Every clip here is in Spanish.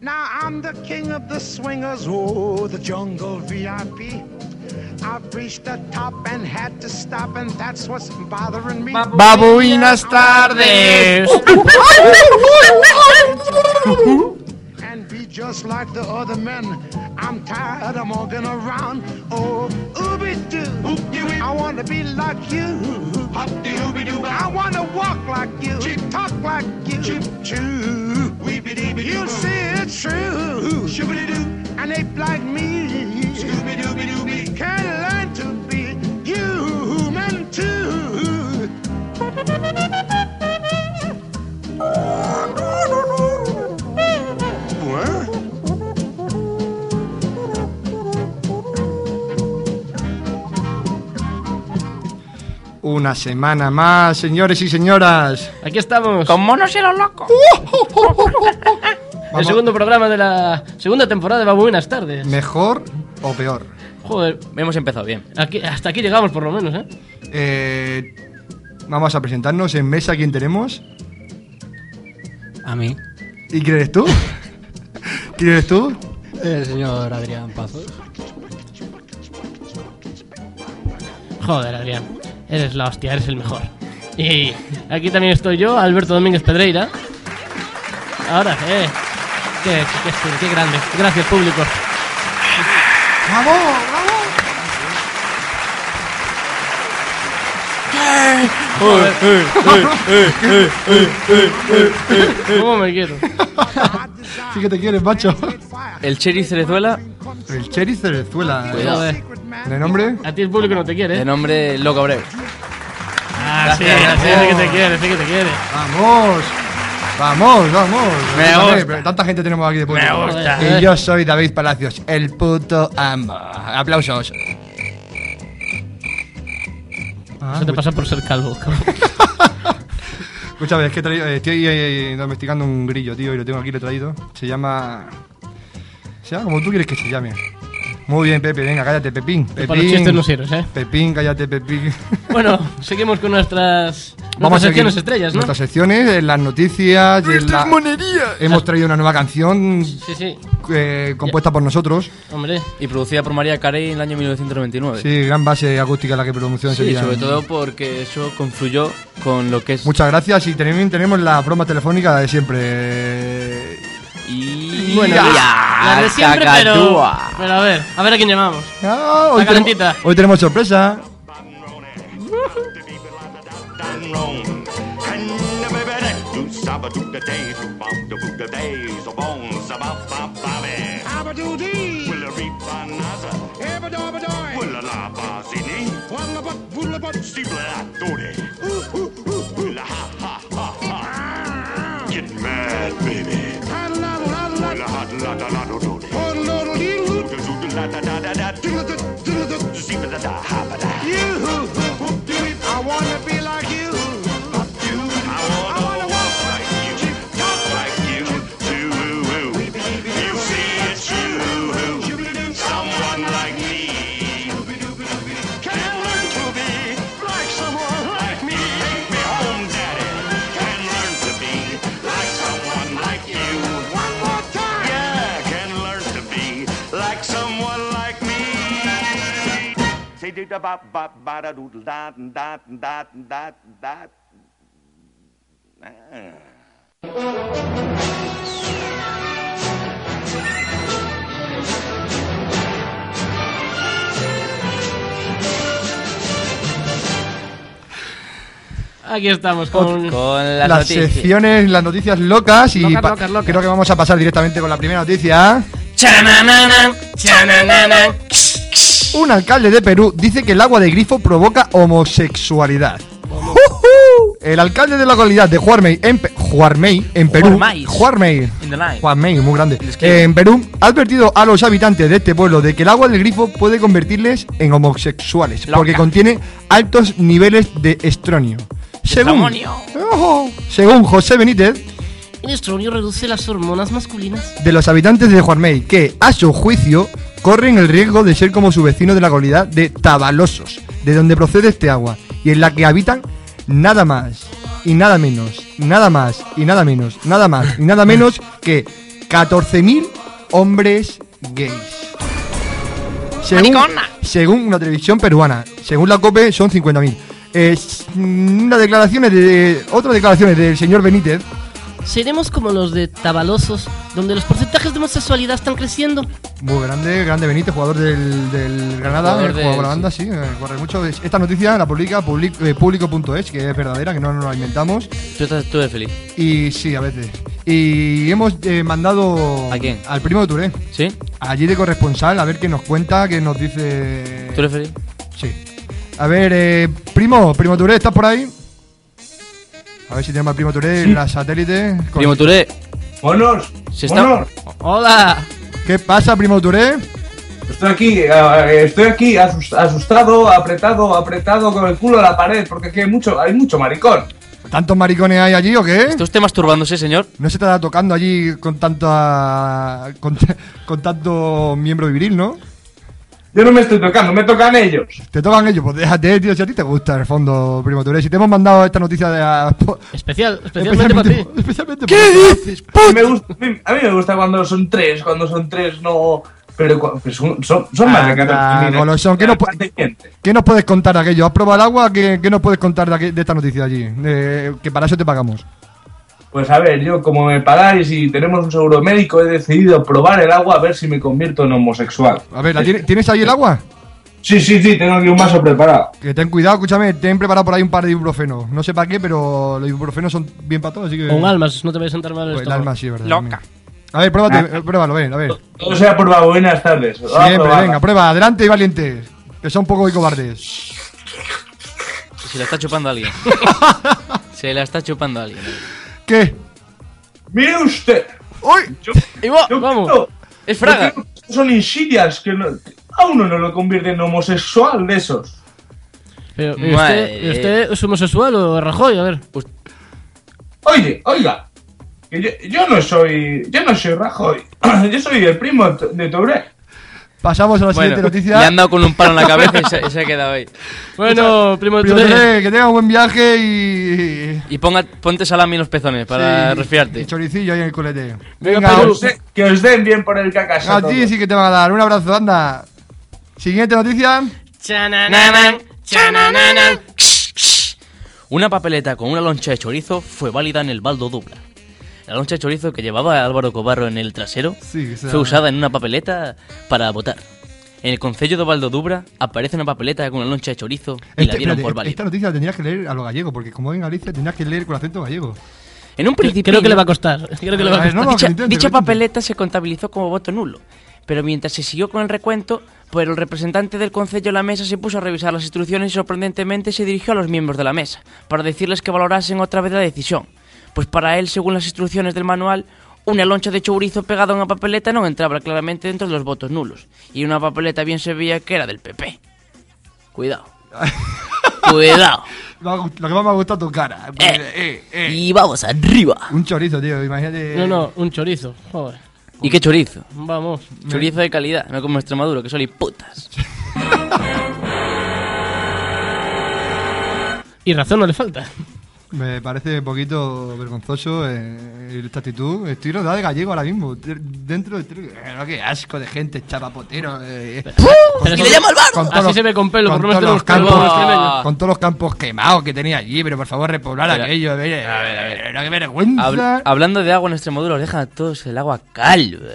Now I'm the king of the swingers, oh, the jungle VIP. I've reached the top and had to stop, and that's what's bothering me. Babuinas tardes. And be just like the other men. I'm tired of walking around. Oh, ooby doo. I want to be like you. I want to walk like you. Talk like you. Choo. You'll see it's true. An ape like me can learn to be human too. Una semana más, señores y señoras. Aquí estamos. Con monos y los locos. El Vamos. segundo programa de la segunda temporada de Babu Buenas Tardes. ¿Mejor o peor? Joder, Hemos empezado bien. aquí- hasta aquí llegamos por lo menos, ¿eh? Eh, vamos a presentarnos en mesa. ¿Quién tenemos? A mí. ¿Y quién eres tú? ¿Quién eres tú? El señor Adrián Pazos. Joder, Adrián. Eres la hostia, eres el mejor. Y aquí también estoy yo, Alberto Domínguez Pedreira. Ahora, eh. Qué, qué- qué grande. Gracias, público. ¡Bravo, bravo! ¿Cómo me quiero? Sí que te quieres, macho. El Cherry Cerezuela, El Cherry Cerezuela. Cuidado. Joder. ¿De nombre? A ti el público no te quiere, de ¿eh? nombre Loco Breve. Ah, sí, Gracias. Oh. ah, sí, sí que te quiere, sí que te quiere. ¡Vamos! ¡Vamos, vamos! Me Joder, gusta. pero Tanta gente tenemos aquí de público. Me gusta. Y yo soy David Palacios, el puto amo. ¡Aplausos! Ah, Eso te pasa por ser calvo. cabrón. Escúchame, es que he traído- eh, estoy eh, domesticando un grillo, tío, y lo tengo aquí, lo he traído. Se llama. Se llama como tú quieres que se llame. Muy bien, Pepe, venga, cállate, Pepín. Pepín Para los chistes no sirves, ¿eh? Pepín, cállate, Pepín. Bueno, seguimos con nuestras, nuestras seguir secciones estrellas, ¿no? Nuestras secciones, en las noticias. y en la- Hemos traído una nueva canción Sí, sí, eh, compuesta por nosotros. hombre. Y producida por María Carey en el año 1999. Sí, gran base acústica la que pronunció en Sí, Sevilla. sobre todo porque eso confluyó con lo que es. Muchas gracias y también tenemos la broma telefónica de siempre. Y. Bueno, Ya, Las de siempre, pero... Cacatúa. Pero a ver, a ver a quién llamamos. Ah, hoy, La calentita. tenemos, hoy tenemos sorpresa. Get mad, baby. Well, hot la da la do do do. Do do do la da da da da. Do do zee ba da da ha ba da. I wanna be like you. I wanna walk like you, talk like you, do woo woo. You see it's true. Someone like me can learn to be like someone like me. Take me home, daddy. Can learn to be like someone like you. One more time. Yeah, can learn to be like someone like me. Say do da ba ba ba da doodle da da da da da. Aquí estamos con... Con las, Las, noticias. secciones, las noticias locas y Locas, pa- locas, locas. creo que vamos a pasar directamente con la primera noticia. Chananana, chananana. Un alcalde de Perú dice que el agua de grifo provoca homosexualidad. ¡Jujú! El alcalde de la localidad de Juarmey en, Pe- Juarmey, en Perú. Juarmais. Juarmey. In the night. Juanmey, muy grande. Es que- En Perú, ha advertido a los habitantes de este pueblo de que el agua del grifo puede convertirles en homosexuales, Loca. porque contiene altos niveles de estronio. Según, Desamonio. Ojo. según José Benítez, El estronio reduce las hormonas masculinas. de los habitantes de Juarmey, que, a su juicio, corren el riesgo de ser como su vecino de la localidad de Tabalosos, de donde procede este agua, y en la que habitan nada más y nada menos, nada más y nada menos, nada más y nada menos que 14.000 hombres gays. Según, según una televisión peruana, según la COPE son 50.000. Es, mm, una declaraciones de, otras declaraciones del señor Benítez Seremos como los de Tabalosos, donde los porcentajes de homosexualidad están creciendo. Muy grande, grande Benítez, jugador del, del Granada, jugador Jugador de del- la banda, sí, eh, corre mucho. Es- Esta noticia la publica public- eh, público.es, que es verdadera, que no nos la inventamos. Tú, estás, tú eres feliz. Y sí, a veces. Y hemos eh, mandado ¿A quién? al primo de Touré, ¿Sí? allí de corresponsal, a ver qué nos cuenta, qué nos dice. ¿Tú eres feliz? Sí. A ver, eh, primo, primo Touré, ¿estás por ahí? A ver si tenemos al primo Touré en la satélite. Con- Primo Touré, Buenos, se está... buenos. ¡Hola! ¿Qué pasa, primo Touré? Estoy aquí, eh, estoy aquí asus- asustado, apretado, apretado con el culo a la pared, porque aquí hay mucho, hay mucho maricón. ¿Tantos maricones hay allí o qué? ¿Está usted masturbándose, señor? No se estará tocando allí con tanta. con, t- con tanto miembro viril, ¿no? Yo no me estoy tocando, me tocan ellos. Te tocan ellos, pues déjate, tío, si a ti te gusta el fondo, primo Touré. Si te hemos mandado esta noticia de. a- po- Especial, especialmente para ti. especialmente ¿Qué dices? A mí, me gusta, a, mí, a mí me gusta cuando son tres, cuando son tres no... Pero cua- pues son, son, son más de Anda, 14.000, ¿eh? golosón, que no pu- Bastante. ¿Qué nos puedes contar de aquello? ¿Has probado el agua? ¿Qué, qué nos puedes contar de, aqu- de esta noticia allí? Eh, que para eso te pagamos. Pues a ver, yo como me pagáis y tenemos un seguro médico, he decidido probar el agua a ver si me convierto en homosexual. A ver, ¿la tiene- ¿tienes ahí el agua? Sí, sí, sí, tengo aquí un vaso preparado. Que ten cuidado, escúchame, te han preparado por ahí un par de ibuprofenos. No sé para qué, pero los ibuprofenos son bien para todos, así que. Con almas, no te voy a sentar mal el Pues el estómago. alma, sí, verdad. Loca. A ver, pruébate, eh, pruébalo, ven, a ver. Todo sea por va, buenas tardes. Ah, Vamos a Siempre, probarla. venga, prueba, adelante y valientes. Que son poco y cobardes. Se la está chupando alguien. se la está chupando alguien. ¿Qué? Mire usted. ¡Uy! Yo, Y va- yo vamos. creo- Es Fraga. yo creo que Son insidias que, no- que a uno no lo convierte en homosexual de esos. Pero, ¿y Madre. usted, y usted es homosexual o Rajoy? A ver. Oye, oiga. que yo, yo no soy. Yo no soy Rajoy. yo soy el primo de To- de Touré. Pasamos a la Bueno, siguiente le noticia. han dado con un palo en la cabeza y se, y se ha quedado ahí. Bueno, primo de Primo Touré. Touré, eh, que tenga un buen viaje y. Y ponga, ponte salami en los pezones para sí, Y resfriarte. choricillo ahí en el colete. Venga, Venga, Que Perú. os, de- que os den bien por el cacas. a a ti todos. sí que te van a dar. Un abrazo, anda. Siguiente noticia. Chananana, chananana. Una papeleta con una loncha de chorizo fue válida en el baldo dupla. La loncha de chorizo que llevaba Álvaro Cobarro en el trasero Sí, que sea- fue usada en una papeleta para votar. En el concello de Valdodubra aparece una papeleta con una loncha de chorizo y la Este- dieron espérate, por válida. esta noticia la tendrías que leer a lo gallego, porque como en Galicia tendrías que leer con acento gallego. En un principio, Creo que le va a costar. Creo que le va a A ver, costar. Ah, no, no, que dicha, lo intente, dicha que lo intente. papeleta se contabilizó como voto nulo, pero mientras se siguió con el recuento, pues el representante del concello de la mesa se puso a revisar las instrucciones y sorprendentemente se dirigió a los miembros de la mesa para decirles que valorasen otra vez la decisión, pues para él, según las instrucciones del manual, una loncha de chorizo pegada a una papeleta no entraba claramente dentro de los votos nulos, y una papeleta bien se veía que era del PP. Cuidado. Cuidado. Lo ha gust- lo que más me ha gustado tu cara. Eh, Y vamos arriba. Un chorizo, tío, imagínate. No, no, un chorizo. Joder. ¿Y qué chorizo? Vamos. Chorizo de calidad, no como Extremadura, que son putas. Y razón no le falta. Me parece un poquito vergonzoso eh, esta actitud. Estoy rodeado de gallego ahora mismo. De- Dentro de. Pero qué asco de gente, chapapotero. eh, eh. Pero le llamo al bar. Con todos Así los- se ve con pelo, con por lo menos todos tenemos los pelo campos- extremeño. Con todos los campos quemados que tenía allí, pero por favor, repoblar Pero- aquello. eh, A ver, a ver, qué vergüenza. Habl- hablando de agua en Extremadura, os dejan a todos el agua calva.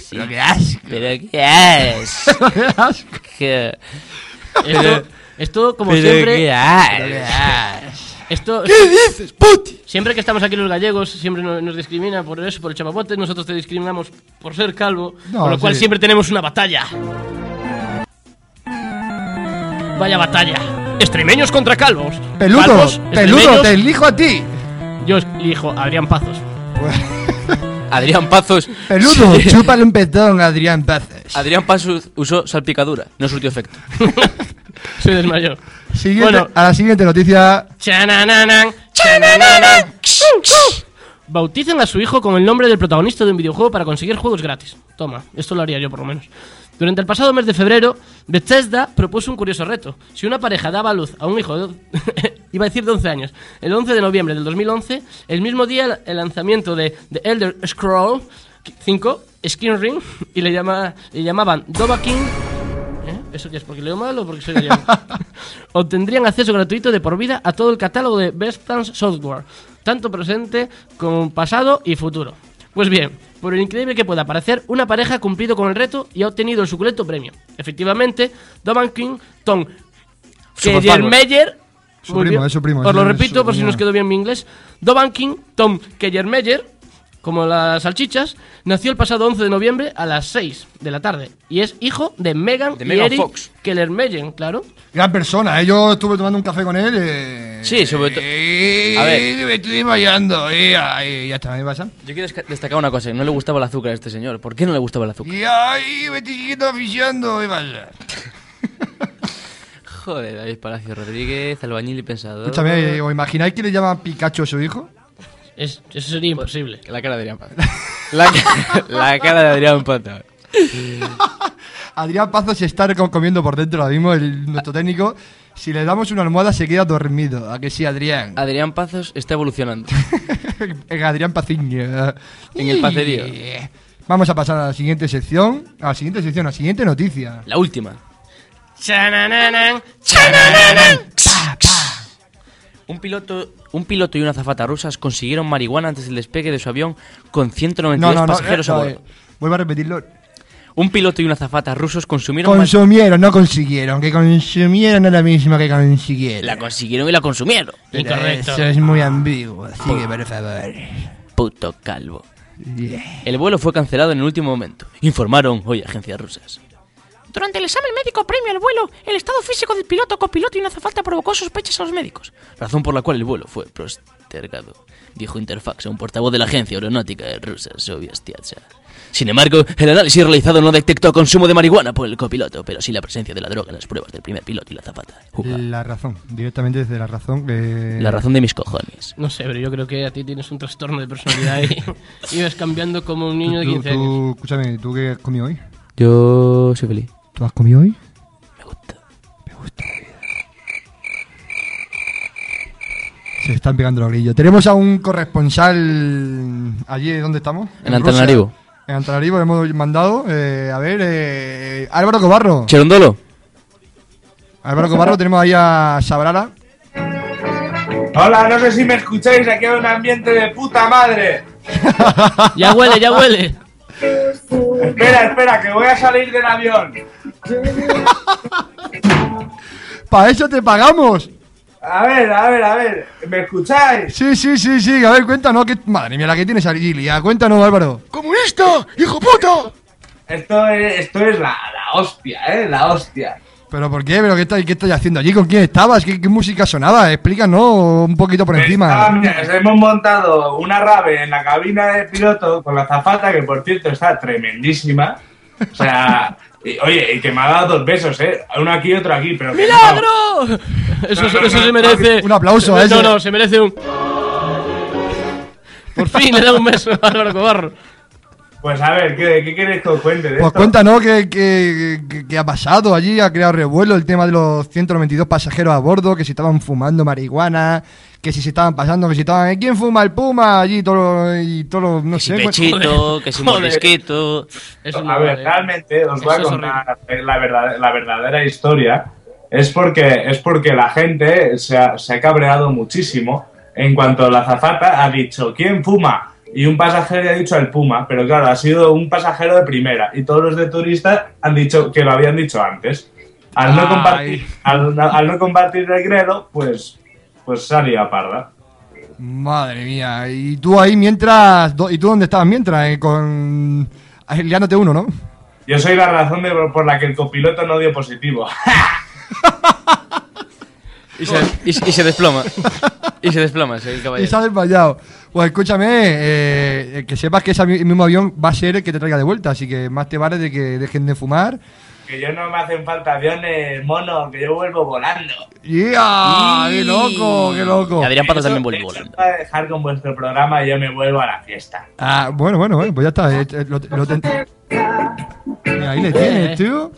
Sí, Pero qué asco. pero qué es. qué asco. Que- Esto, esto como pero siempre. qué asco. Esto, ¿Qué dices, puti? Siempre que estamos aquí los gallegos, siempre no- nos discrimina por eso, por el chapapote. Nosotros te discriminamos por ser calvo, No, con lo cual sí. siempre tenemos una batalla. Vaya batalla. Extremeños contra calvos. Peludo, Calvos, peludo, extremeños. te elijo a ti. Yo elijo a Adrián Pazos. Adrián Pazos. Peludo, chúpale un petón, Adrián Pazos. Adrián Pazos usó salpicadura, no surtió efecto. Soy desmayo. Siguiente- Bueno. A la siguiente noticia. Chanananan, chanananan. Bautizan a su hijo con el nombre del protagonista de un videojuego para conseguir juegos gratis. Toma, esto lo haría yo por lo menos. Durante el pasado mes de febrero, Bethesda propuso un curioso reto. Si una pareja daba a luz a un hijo de... iba a decir de 11 años, el 11 de noviembre del 2011, el mismo día el lanzamiento de The Elder Scroll 5, Skin Ring, y le, llama, le llamaban Dova King ¿Eh? ¿Eso qué es? ¿Porque leo mal o porque soy gallego? Obtendrían acceso gratuito de por vida a todo el catálogo de Best Dance Software, tanto presente como pasado y futuro. Pues bien, por el increíble que pueda parecer, una pareja ha cumplido con el reto y ha obtenido el suculento premio. Efectivamente, Doman King, Tom Kellermeyer. Su muy primo, bien. es su primo, Os es lo su- repito su por si primo. nos quedó bien mi inglés. Dovan King, Tom Kellermeyer, como las salchichas, nació el pasado 11 de noviembre a las 6 de la tarde y es hijo de Megan De y Megan Eric Fox. Kellermeyer, claro. Gran persona, ¿eh? yo estuve tomando un café con él. eh, Sí, sobre todo- eh, a ver. Me estoy desmayando. eh, ay, ya está, ¿me pasa? Yo quiero desca- destacar una cosa, que no le gustaba el azúcar a este señor. ¿Por qué no le gustaba el azúcar? Y ay, me estoy quitando aficionando, ¿me pasa? Joder, David Palacio Rodríguez, albañil y pensador. Escúchame, eh, ¿o imagináis que le llama Pikachu a su hijo? Es- eso sería imposible. La cara de Adrián Pata. La, ca- la cara de Adrián Pata. Adrián Pazos se está reco- comiendo por dentro ahora mismo, el, nuestro técnico. Si le damos una almohada se queda dormido. ¿A que sí, Adrián? Adrián Pazos está evolucionando. En Adrián Paciño. En el pacerío. Vamos a pasar a la siguiente sección. A la siguiente sección, a la siguiente noticia. La última. Chanananan. Un piloto, un piloto y una azafata rusas consiguieron marihuana antes del despegue de su avión con 192 pasajeros eh, a no, bordo. eh, Vuelvo a repetirlo. Un piloto y una azafata rusos consumieron mar- Consumieron, no consiguieron. Que consumieron no es lo mismo que consiguieron. la consiguieron y la consumieron. Pero Incorrecto. Eso es muy ambiguo, Ah. así que por favor. Puto calvo. Yeah. El vuelo fue cancelado en el último momento. Informaron hoy agencias rusas. Durante el examen médico premio al vuelo, el estado físico del piloto, copiloto y una azafata provocó sospechas a los médicos. Razón por la cual el vuelo fue postergado, dijo Interfax a un portavoz de la agencia aeronáutica rusa Soviastiacha. Sin embargo, el análisis realizado no detectó consumo de marihuana por el copiloto, pero sí la presencia de la droga en las pruebas del primer piloto y la zapata. Ujú. La razón, directamente desde la razón. que La razón de mis cojones. No sé, pero yo creo que a ti tienes un trastorno de personalidad y, y vas cambiando como un niño de Tú- 15 tú- años. Escúchame, ¿tú qué has comido hoy? Yo soy feliz. ¿Tú has comido hoy? Me gusta. Se están pegando los grillos. Tenemos a un corresponsal allí, ¿dónde estamos? En Rusia. Antananarivo. En Antananarivo hemos mandado, eh, a ver, eh, Álvaro Cobarro. Cherondolo. Álvaro Cobarro, tenemos ahí a Sabrala. Hola, no sé si me escucháis, aquí hay un ambiente de puta madre. Ya huele, ya huele. Espera, espera, que voy a salir del avión. ¡Para eso te pagamos! A ver, a ver, a ver, ¿me escucháis? Sí, sí, sí, sí. A ver, cuéntanos. Que... Madre mía, la que tienes Arilia. Cuéntanos, Álvaro. Esto es, esto es la, la hostia, ¿eh? La hostia. ¿Pero por qué? ¿Pero qué, estáis- qué estáis haciendo allí? ¿Con quién estabas? ¿Qué, qué música sonaba? Explícanos un poquito por Ah, encima. mira, nos hemos montado una rave en la cabina de piloto con la zafata, que por cierto está tremendísima. O sea, y- oye, y que me ha dado dos besos, ¿eh? Uno aquí y otro aquí, pero... que- ¡Milagro! Eso, No, no, no, eso se no, merece. un aplauso a No, ese. no, se merece un. Por fin le da un beso a Álvaro Cobarro. Pues a ver, ¿qué, qué queréis que os cuente de Pues esto? cuéntanos qué, qué- qué- qué ha pasado allí. Ha creado revuelo el tema de los 192 pasajeros a bordo, que si estaban fumando marihuana, que si se estaban pasando, que si estaban... ¿eh? ¿Quién fuma el puma? Allí todo lo- y todo lo- No Que si sé. cu- pechito, que si Joder. mordisquito. Eso ¿eh? no a ver, vale. realmente os voy a Eso es contar la, verdad- la verdadera historia. Es porque, es porque la gente se ha, se ha cabreado muchísimo en cuanto la azafata ha dicho ¿Quién fuma? Y un pasajero ha dicho el puma, pero claro, ha sido un pasajero de primera y todos los de turistas han dicho que lo habían dicho antes. Al no Ay. compartir, al, no- al no compartir el credo, pues, pues salía parda. Madre mía, y tú ahí mientras. do- ¿Y tú dónde estabas mientras? Eh, con. ah, Liándote uno, ¿no? Yo soy la razón de- por la que el copiloto no dio positivo. Y se, y, se- y se desploma. Y se desploma, sí, el Y se ha caballero. desmayado. Pues escúchame, eh, eh, que sepas que ese mi- mismo avión va a ser el que te traiga de vuelta, así que más te vale de que dejen de fumar. que yo no me hacen falta aviones, mono, que yo vuelvo volando. ¡Ya! ah, ¡Qué loco! ¡Qué loco! Adrián Pato también volvió Eso volando. es Para dejar con vuestro programa y yo me vuelvo a la fiesta. Ah, bueno, bueno, bueno, pues ya está. eh, eh, lo- lo ten- Mira, ahí le tienes, tío.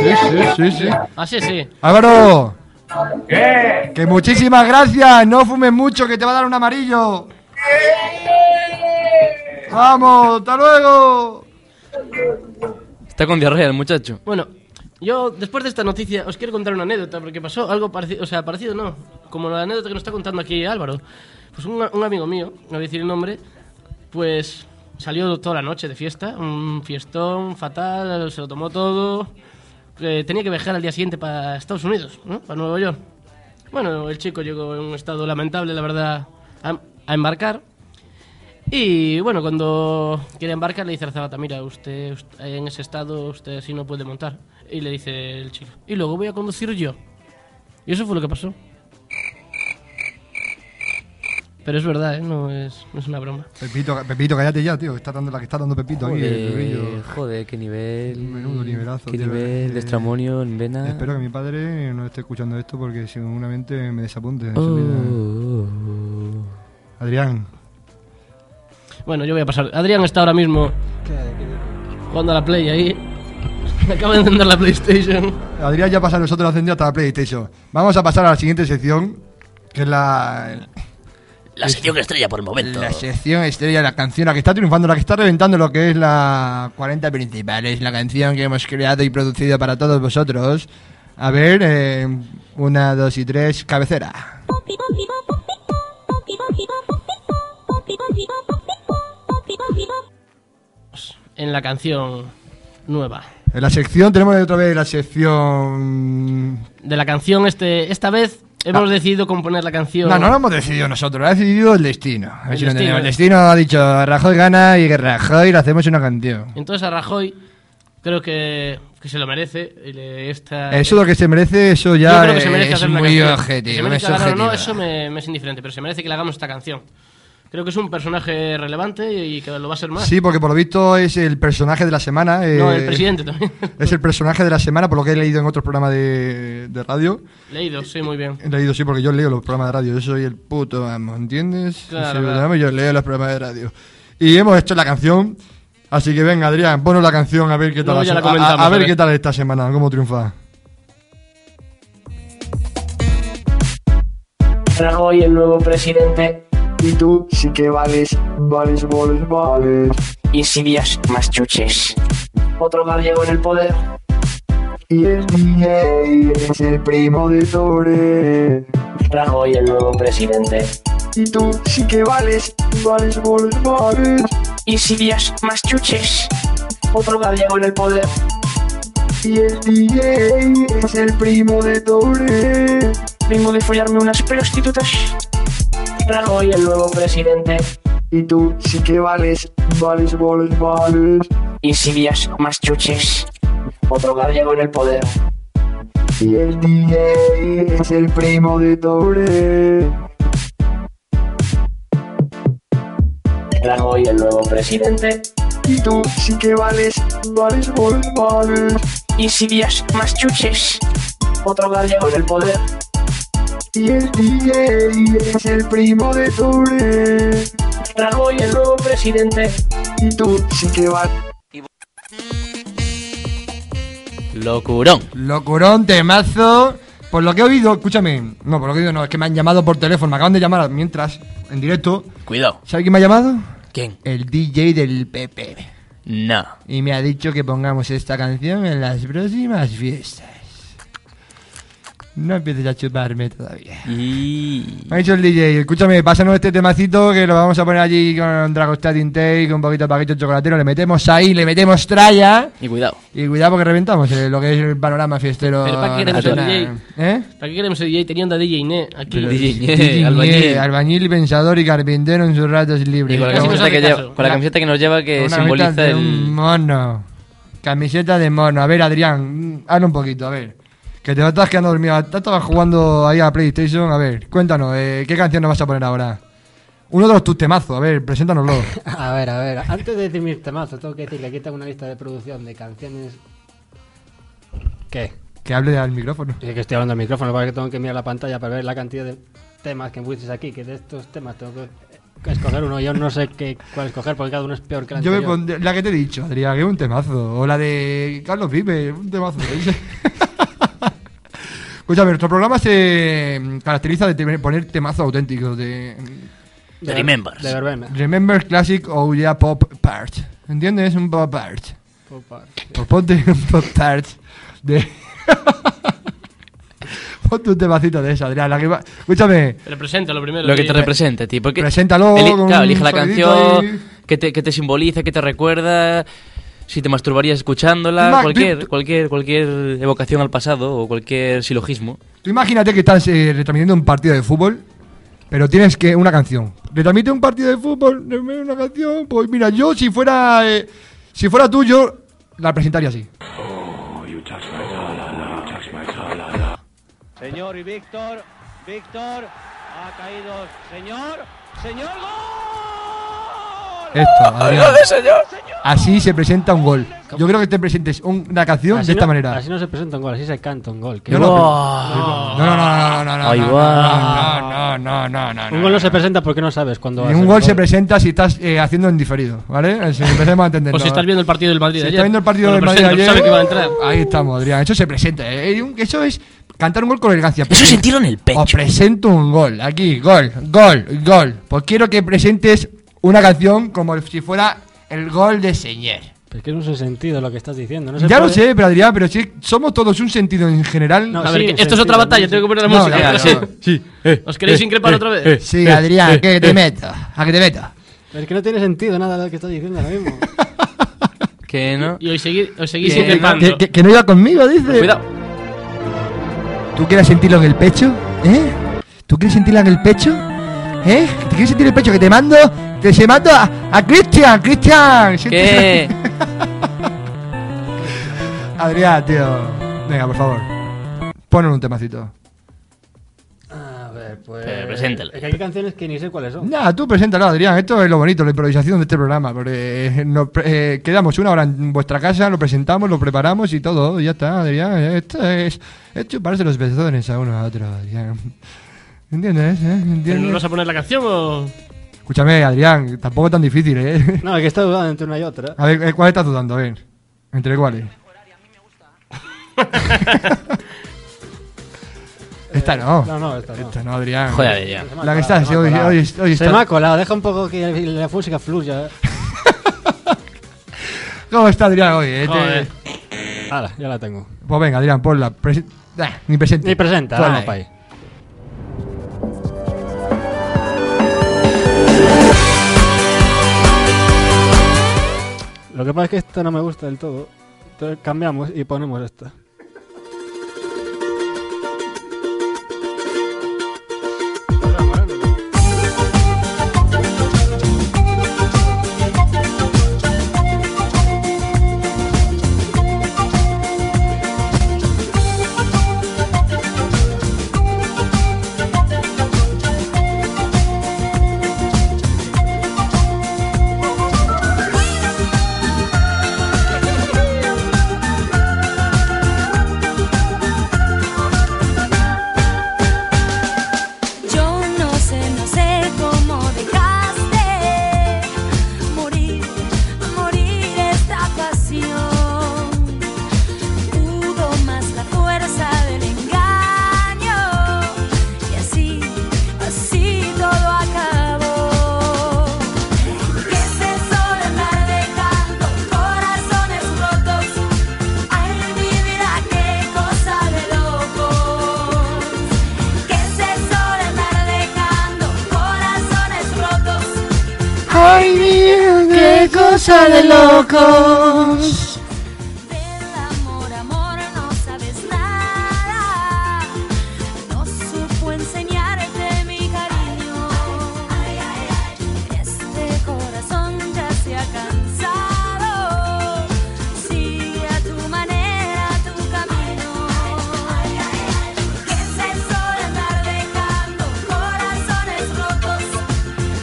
Sí, sí, sí, sí. Así Ah, sí. Álvaro, ¿Qué? que muchísimas gracias. No fumes mucho, que te va a dar un amarillo. Vamos, hasta luego. Está con diarrea el muchacho. Bueno, yo después de esta noticia os quiero contar una anécdota, porque pasó algo parecido, o sea, parecido no, como la anécdota que nos está contando aquí Álvaro. Pues un, un amigo mío, no voy a decir el nombre, pues salió toda la noche de fiesta, un fiestón fatal, se lo tomó todo, que tenía que viajar al día siguiente para Estados Unidos, ¿no? Para Nueva York. Bueno, el chico llegó en un estado lamentable, la verdad, a, a embarcar. Y bueno, cuando quiere embarcar le dice a la azafata, mira, usted, usted- en ese estado usted así no puede montar. Y le dice el chico, y luego voy a conducir yo. Y eso fue lo que pasó. Pero es verdad, ¿eh? no, es, no es una broma. Pepito, Pepito, cállate ya, tío. que Está dando la que está dando Pepito aquí. el brillo. joder, qué nivel. Menudo nivelazo, Qué tío, nivel eh. de estramonio en vena. Espero que mi padre no esté escuchando esto porque seguramente me desapunte. en Oh, su vida. oh, oh. Adrián, Bueno, yo voy a pasar. Adrián está ahora mismo jugando a la Play ahí. Acaba de encender la PlayStation. Adrián ya pasa a nosotros encendido hasta la PlayStation. Vamos a pasar a la siguiente sección, que es la, La sección estrella por el momento. la sección estrella, la canción, la que está triunfando, la que está reventando lo que es la 40 principales, la canción que hemos creado y producido para todos vosotros. A ver, eh, una, dos y tres, cabecera. En la canción nueva. En la sección tenemos otra vez la sección... De la canción este, esta vez hemos decidido componer la canción. Ah. No, no lo hemos decidido nosotros, lo ha decidido el destino. A ver El si lo destino, entendemos. eh. el destino ha dicho Rajoy gana y que Rajoy le hacemos una canción. Entonces a Rajoy creo que, que se lo merece. y le- Esta, Eso lo que se merece, eso Yo ya creo que se merece eh, es hacer una muy canción. objetivo. Se merece es ganar o no, objetivo. eso me, me es indiferente, pero se merece que le hagamos esta canción. Creo que es un personaje relevante y que lo va a ser más. Sí, porque por lo visto es el personaje de la semana. No, eh, el presidente también. Es el personaje de la semana, por lo que he leído en otros programas de, de radio. Leído, sí, muy bien. He leído, sí, porque yo leo los programas de radio. Yo soy el puto amo, ¿entiendes? Yo Claro, soy el claro. amo y Yo leo los programas de radio. Y hemos hecho la canción. Así que venga, Adrián, ponos la canción a ver qué tal, Luego ya la a- a- comentamos, a, ver a ver. qué tal esta semana, cómo triunfa. Rajoy, el nuevo presidente. Y tú sí que vales, vales, vales, vales. Insidias más chuches. Otro gallego en el poder. Y es DJ, es el primo de Sobre. Rajoy, el nuevo presidente. Y tú sí que vales, vales, vales, vales. Insidias más chuches. Otro gallego en el poder. Y el DJ es el primo de Sobre. Vengo de follarme unas prostitutas. Rajoy, el nuevo presidente. Y tú sí que vales, vales, vales, vales. Insidias más chuches. Otro gallego en el poder. Y el DJ es el primo de Dobre. Rajoy, el nuevo presidente. Y tú sí que vales, vales, vales, vales. Insidias más chuches. Otro gallego en el poder. Y el DJ es el primo de Ture. Rajoy, el nuevo presidente. Y tú sí que vas. Locurón. Locurón, temazo. Por lo que he oído, escúchame. No, por lo que he oído, no, es que me han llamado por teléfono. Me acaban de llamar mientras, en directo. Cuidado. ¿Sabes quién me ha llamado? ¿Quién? El DJ del PP. No. Y me ha dicho que pongamos esta canción en las próximas fiestas. No empieces a chuparme todavía. Y... Me ha dicho el DJ, escúchame, pásanos este temacito que lo vamos a poner allí con Dragostat Take, con un poquito de paquito de chocolatero, le metemos ahí, le metemos tralla. Y cuidado. Y cuidado porque reventamos eh, lo que es el panorama fiestero. Pero ¿para qué queremos el nacional. DJ? ¿Eh? ¿Para qué queremos el DJ teniendo a DJ Ne aquí? Pero DJ Ne, DJ, albañil. albañil, pensador y carpintero en sus ratos libres. Y con la Vamos camiseta a- que, lleva- con la camiseta que nos lleva que Una mitad Eh, simboliza de un el... mono. Camiseta de mono. A ver, Adrián, mm, hazlo un poquito, a ver. Que te estás quedando dormido. Te estabas jugando ahí a PlayStation. A ver, cuéntanos, eh, ¿qué canción nos vas a poner ahora? Uno de los tus temazos, a ver, preséntanoslo. A ver, a ver. Antes de decir mis temazos, tengo que decirle que tengo una lista de producción de canciones. ¿Qué? que hable al micrófono. Es que estoy hablando al micrófono, para que tengo que mirar la pantalla para ver la cantidad de temas que pusiste aquí. Que de estos temas tengo que escoger uno. Yo no sé qué, cuál escoger porque cada uno es peor que el Yo anterior. me pondré la que te he dicho, Adrián, que es un temazo. O la de Carlos Vive, un temazo. Escúchame, nuestro programa se mm, caracteriza de tener- poner temazos auténticos, de mm, De, Remembers. De verbena. Remember Classic o ya Pop Part. ¿Entiendes? Un Pop Part. Opa. Pues ponte un Pop Tart de. ponte un temacito de esa, Adrián. La que va- Escúchame. Te lo presento lo primero. Lo que sí. te representa a ti. Porque Preséntalo Eli- con claro, elige la un sonidito canción que te, que te simboliza, que te recuerda, si te masturbarías escuchándola, Mac, cualquier, tú- cualquier, cualquier evocación al pasado o cualquier silogismo. Tú imagínate que estás eh, retransmitiendo un partido de fútbol, pero tienes que una canción. Retransmite un partido de fútbol, retransmite una canción. Pues mira, yo si fuera eh, si fuera tú, yo la presentaría así. Señor y Víctor, Víctor, ha caído, señor, señor, Esto, Adrián. señor! Así se presenta un gol. Yo creo que te presentes un- una ¿Ah, canción Así de esta no- manera. Así no se presenta un gol, así se canta un gol. que- No, no, no, no, no, no, no, no, no, Ahí no, va. no, no, no, no, no, no. Un gol no se presenta porque no sabes cuándo va a Ningún ser gol se presenta si estás eh, haciendo en diferido, ¿vale? Eh, Si empecemos a entenderlo. O si estás viendo el partido del Madrid Si ayer. estás viendo el partido del Bueno, Madrid presento, ayer, sabe que va a entrar. Ahí estamos, Adrián. Eso se presenta. eh. Un- Eso es cantar un gol con elegancia. Eso es sentirlo en el pecho. Os presento un gol. Aquí, gol, gol, gol. Pues quiero que presentes una canción como si fuera el gol de Señer. Pero es que no es un sentido lo que estás diciendo. No se ya lo puede- sé, pero Adrián, pero si somos todos un sentido en general. No, A ver, sí, que sí, esto es sí, otra sí, batalla, sí. tengo que poner la No, música. claro, Sí. no. Sí. ¿Os queréis increpar otra vez? Sí, Adrián, que te meto. A que te meto. Pero es que no tiene sentido nada lo que estás diciendo ahora mismo. Que Oh, no. Y hoy seguir- os seguís Que- increpando. Eh, que, que- que no iba conmigo, dice. Cuidado. ¿Tú quieres sentirlo en el pecho? ¿Eh? ¿Tú quieres sentirlo en el pecho? ¿Eh? ¿Te quieres sentir el pecho? Que te mando. Te se mando a, a Cristian, Cristian. Que... Adrián, tío. Venga, por favor. Ponen un temacito. A ver, pues. Eh, preséntalo. Es que hay canciones que ni sé cuáles son. Nada, tú preséntalo, Adrián. Esto es lo bonito, la improvisación de este programa. Porque eh, nos pre- eh, quedamos una hora en vuestra casa, lo presentamos, lo preparamos y todo. Y ya está, Adrián. Esto es, es chuparse los besones a uno a otro, Adrián. ¿Entiendes? eh? ¿Pero no ¿Entiendes? vas a poner la canción o...? Escúchame, Adrián, tampoco es tan difícil, ¿eh? No, es que está dudando entre una y otra. A ver, eh, ¿cuál estás dudando? A ver, ¿entre cuáles? esta no. No, no, esta no. Esta no, Adrián. Joder, Adrián. Se me ha La que colado, estás, se me ha hoy, colado. hoy, hoy Se me ha estás. colado, deja un poco que la música fluya. eh. ¿Cómo está Adrián hoy? eh? Te- Joder. Ahora, ya la tengo. Pues venga, Adrián, ponla. Presen- Ah, ni presente. Y presenta, Ponla vamos ahí. pa' ahí. Lo que pasa es que esta no me gusta del todo. Entonces cambiamos y ponemos esta. Thank cosa de locos. No supo enseñarte mi cariño. Este corazón ya se ha cansado. Sigue a tu manera tu camino. Que se sol andar dejando corazones rotos.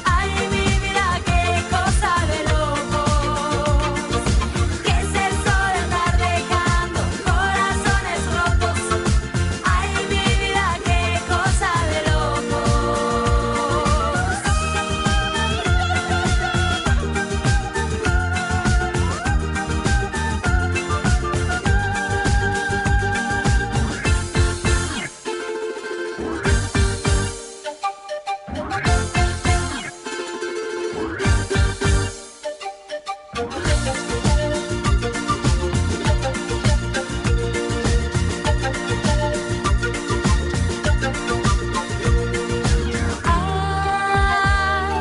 Ay, mi vida, qué cosa de locos. Que se sol andar dejando corazones rotos. Ay, mi vida, qué cosa de locos.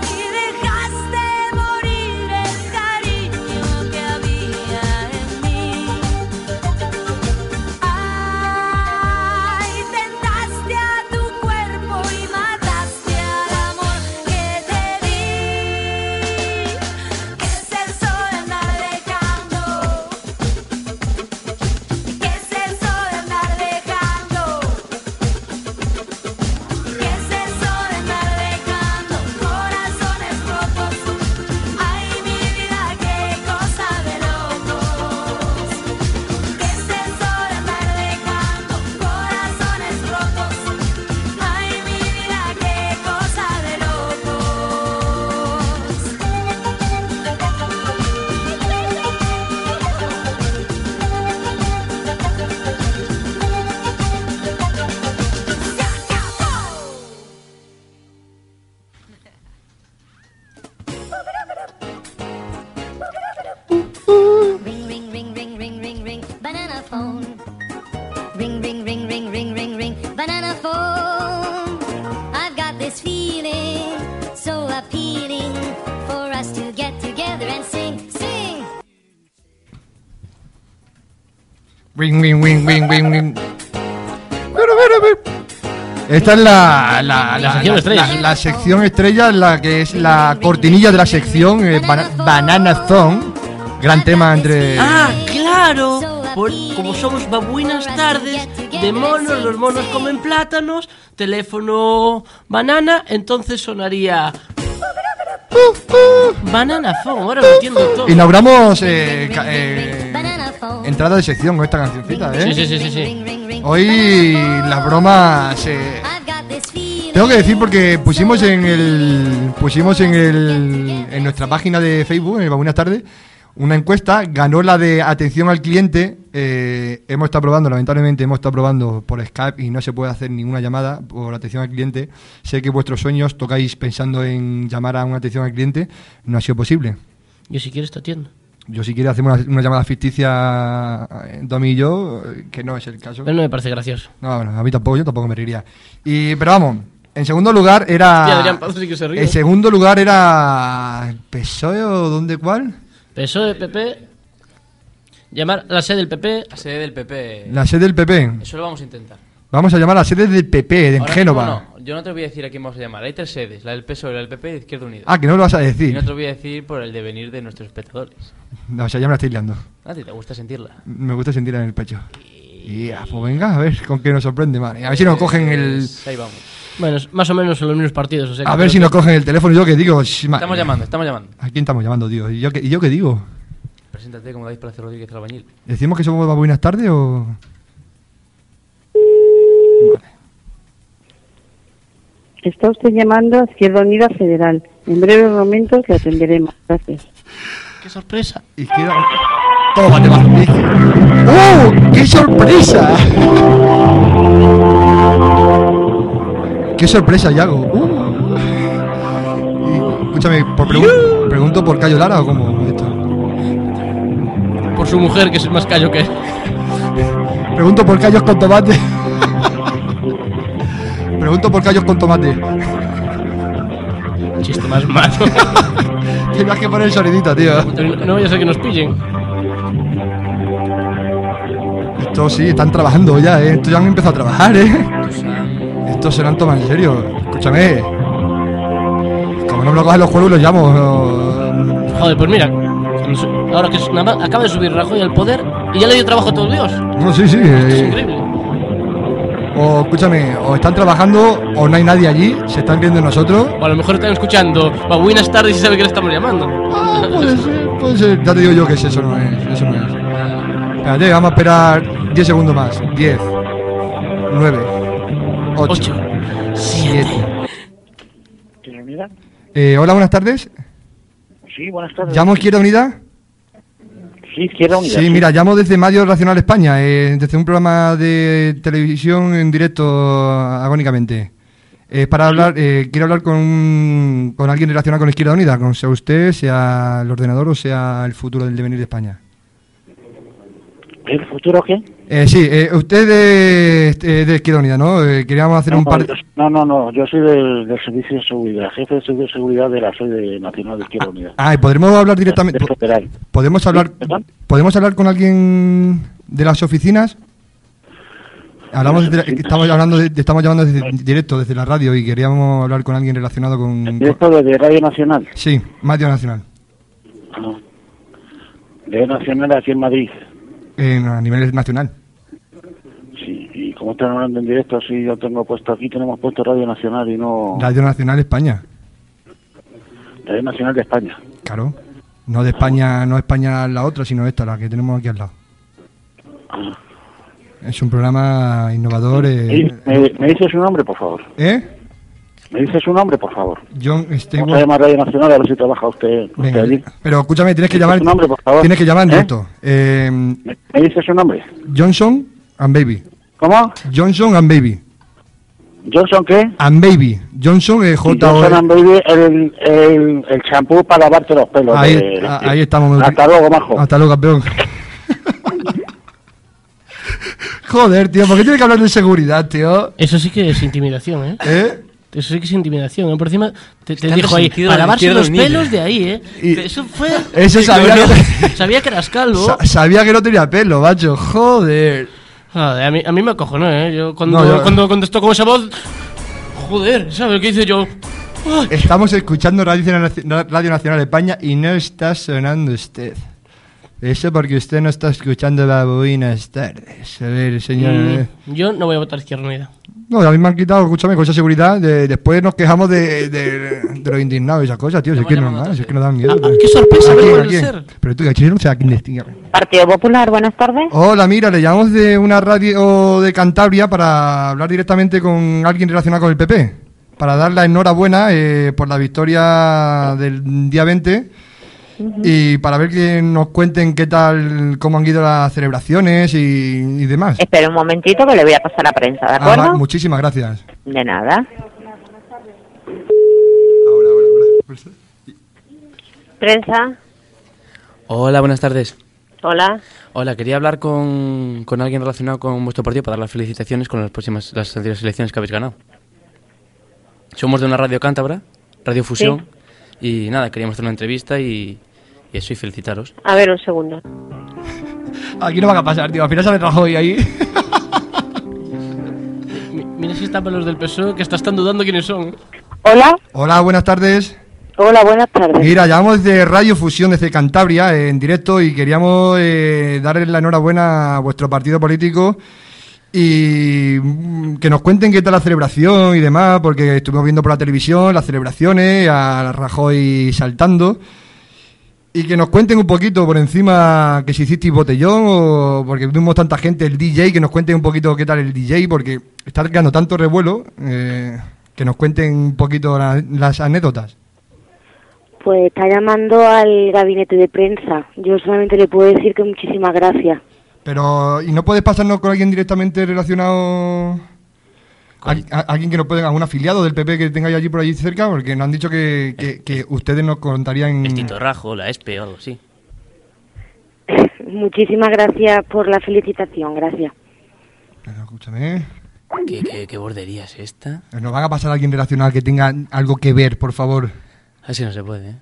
Y dejaste morir el cariño que había en mí. Ay, tentaste a tu cuerpo y mataste al amor que te di. Que es el sol andar dejando. Que es el sol andar dejando. Que es el sol andar dejando corazones rotos. Ay, mi vida, qué cosa de locos. Que es el sol andar dejando corazones rotos. Ay, mi vida, qué cosa de locos. Ring, ring, ring, ring, ring, ring, ring, banana phone. Ring, ring, ring, ring, ring, ring, ring, banana phone. I've got this feeling so appealing for us to get together and sing, sing. Wing, wing, wing, wing, wing, wing. Esta es la, la, la- sección la- estrella. la- la sección estrella, la que es la cortinilla de la sección eh, bana- Banana Zone. Gran tema entre. Ah, claro. Por- como somos va buenas tardes, de monos, los monos comen plátanos, teléfono banana, entonces sonaría... Banana phone, ahora lo entiendo todo. Inauguramos eh, ca- eh, entrada de sección con esta cancioncita, ¿eh? Sí, sí, sí, sí. Hoy las bromas. eh, tengo que decir porque pusimos en el pusimos en el en nuestra página de Facebook, en el Buenas tardes, una encuesta. Ganó la de atención al cliente. eh, hemos estado probando, lamentablemente hemos estado probando por Skype y no se puede hacer ninguna llamada por atención al cliente. Sé que vuestros sueños tocáis pensando en llamar a una atención al cliente, no ha sido posible. Yo si quieres te atiendo. Yo si quiere hacemos una, una llamada ficticia eh, Domi y yo, eh, que no es el caso. Pero no me parece gracioso. No, bueno, a mí tampoco, yo tampoco me reiría. Y, pero vamos, en segundo lugar era... Hostia, Adrián Pazos sí que se ríe. En segundo lugar era... ¿PSOE o dónde cuál? PSOE, PP... E, Llamar a la sede del PP. La sede del PP. La sede del PP. Eso lo vamos a intentar. Vamos a llamar a la sede del PP, de en Ahora Génova. mismo no, yo no te voy a decir a quién vamos a llamar. Hay tres sedes: la del PSOE, la del PP y la de Izquierda Unida. Ah, que no lo vas a decir. Y no te lo voy a decir por el devenir de nuestros espectadores. No, o sea, ya me la estoy liando. A ti te gusta sentirla. Me gusta sentirla en el pecho. Y ah, pues venga, a ver con qué nos sorprende, man. A ver si nos cogen el... Pues, Ahí vamos. Bueno, es más o menos son los mismos partidos. O sea, A que ver creo si que- nos cogen el teléfono. Yo que digo... sh, ma- Estamos llamando, estamos llamando. ¿A quién estamos llamando, tío? ¿Y yo qué, y yo qué digo? Preséntate como David Palacio Rodríguez Albañil. ¿Decimos que somos buenas tardes o...? Está usted llamando a Izquierda Unida Federal. En breves momentos le atenderemos. Gracias. ¡Qué sorpresa! Izquierda... Toma, te vas. ¡Oh! ¡Qué sorpresa! ¡Qué sorpresa, Yago! Uh. Y, Escúchame, por pregun- pregunto por Cayo Lara o cómo esto. Por su mujer, que es más callo que... Pregunto por Cayos con tomate. pregunto por Cayos con tomate. Chiste más malo. Tenías que poner el sonidito, tío. No, ya sé que nos pillen. Esto sí, están trabajando ya, ¿eh? Esto ya han empezado a trabajar, ¿eh? Esto se lo han tomado en serio. Escúchame. Como no me lo cojan los juegos, los llamo. Mm, no- Joder, pues mira. Ahora que es- nada más- acaba de subir Rajoy al poder y ya le dio trabajo a todos Dios. No, sí, sí. Es eh, increíble. o escúchame, o están trabajando o no hay nadie allí, se están viendo nosotros. O a lo mejor están escuchando "Va, buenas tardes y sabe que le estamos llamando. Ah, puede ser, puede ser. Ya te digo yo que es eso no es, eso no es. Espérate, vamos a esperar 10 segundos más. 10, 9, 8, 7. Unidad? Eh, hola, buenas tardes. Sí, buenas tardes. ¿Llamo Izquierda Unida? Sí, Izquierda Unida. Sí, mira, llamo desde Madio Racional España, eh, desde un programa de televisión en directo agónicamente. Es para hablar, eh, quiero hablar con, un- con alguien relacionado con Izquierda Unida, con sea usted, sea el ordenador o sea el futuro del devenir de España. ¿El futuro qué? Eh, sí, eh, usted es de, de Izquierda Unida, ¿no? Eh, queríamos hacer No, un par yo- no, no, no, yo soy del, del Servicio de Seguridad, jefe del Servicio de Seguridad de la sede nacional de Izquierda Unida. Ah, ¿y podremos hablar directamente. Del federal. Podemos hablar, perdón. podemos hablar con alguien de las oficinas. Hablamos de- estamos hablando, de- estamos llamando desde directo desde la radio y queríamos hablar con alguien relacionado con, Directo desde Radio Nacional, con- sí, Madio Nacional, ¿no? Radio Nacional aquí en Madrid. en- a nivel nacional. Sí, y como están hablando en directo, sí, yo tengo puesto aquí, tenemos puesto Radio Nacional y no Radio Nacional España, Radio Nacional de España. claro. No de España, no España la otra, sino esta la que tenemos aquí al lado. Es un programa innovador. ¿Me, eh, me, me dice su nombre, por favor? ¿Eh? ¿Me dice su nombre, por favor? John Vamos a Stewart. llamar a Radio Nacional a ver si trabaja usted, usted Venga, allí. Pero escúchame, tienes que Dice llamar. su nombre, por favor. Tienes que llamar en ¿Eh? directo. Eh, ¿Me dice su nombre? Johnson and Baby. ¿Cómo? Johnson and Baby. ¿Johnson qué? And Baby. Johnson es E. Y Johnson and Baby, el, el, el champú para lavarte los pelos. Ahí, de- a- ahí estamos. me- Hasta luego, majo. Hasta luego, campeón. Joder, tío, ¿por qué tiene que hablar de seguridad, tío? Eso sí que es intimidación, ¿eh? Eso sí que es intimidación. ¿eh? Por encima te, te Está dijo ahí, resentido para de lavarse izquierda los unida". pelos de ahí, ¿eh? Y- Eso fue... Eso Sí, sabía cabrón. que- sabía que eras calvo. Sa- sabía que no tenía pelo, macho. Joder. Joder, a mí, a mí me acojonó, ¿eh? Yo cuando, No, yo- cuando contestó con esa voz... Joder, ¿sabes qué hice yo? Estamos escuchando Radio, Nacional- Radio Nacional España y no está sonando usted. Eso porque usted no está escuchando la buenas tardes. A ver, señor. eh. Mm, yo no voy a votar Izquierda Unida. No, a mí me han quitado, escúchame, con esa seguridad. de- después nos quejamos de, de, de los indignados y esas cosas, tío. Si es que es normal, si es que nos dan miedo. ¡Qué sorpresa! ¿A Ah, ¿Qué quién, puede a quién? ser? Pero tú, cachillo, no sé a quién destino. Partido Popular, buenas tardes. Hola, mira, le llamamos de una radio de Cantabria para hablar directamente con alguien relacionado con el PP. Para dar la enhorabuena eh, por la victoria del día 20 y para ver que nos cuenten qué tal, cómo han ido las celebraciones y, y demás. Espera un momentito que le voy a pasar a prensa, ¿de Ah, acuerdo? va- muchísimas gracias. De nada. Prensa, Hola, buenas tardes. hola. Hola, quería hablar con, con alguien relacionado con vuestro partido para dar las felicitaciones con las próximas las anteriores elecciones que habéis ganado. Somos de una radio cántabra, Radio Fusión, y nada, queríamos hacer una entrevista y, y eso, y felicitaros. A ver un segundo. Aquí no van a pasar, tío. Al final sale Rajoy ahí. Mi- Mira si están los del PSOE que hasta están dudando quiénes son. Hola. Hola, buenas tardes. Hola, buenas tardes. Mira, llamamos de Radio Fusión desde Cantabria eh, en directo y queríamos eh, darles la enhorabuena a vuestro partido político y mm, que nos cuenten qué tal la celebración y demás, porque estuvimos viendo por la televisión las celebraciones, a Rajoy saltando. Y que nos cuenten un poquito por encima que si hicisteis botellón o porque vimos tanta gente, el DJ, que nos cuenten un poquito qué tal el DJ, porque está ganando tanto revuelo, eh, que nos cuenten un poquito la- las anécdotas. Pues está llamando al gabinete de prensa. Yo solamente le puedo decir que muchísimas gracias. Pero, ¿y no puedes pasarnos con alguien directamente relacionado? A, a- alguien que nos pueden, a un afiliado del PP que tengáis allí por allí cerca, porque nos han dicho que, que- que ustedes nos contarían. El Tito Rajo, la E ESPE o algo así. Muchísimas gracias por la felicitación, gracias. Escúchame. ¿eh? ¿Qué, qué, qué bordería es esta? Nos van a pasar a alguien relacionado que tenga algo que ver, por favor. Así no se puede, ¿eh?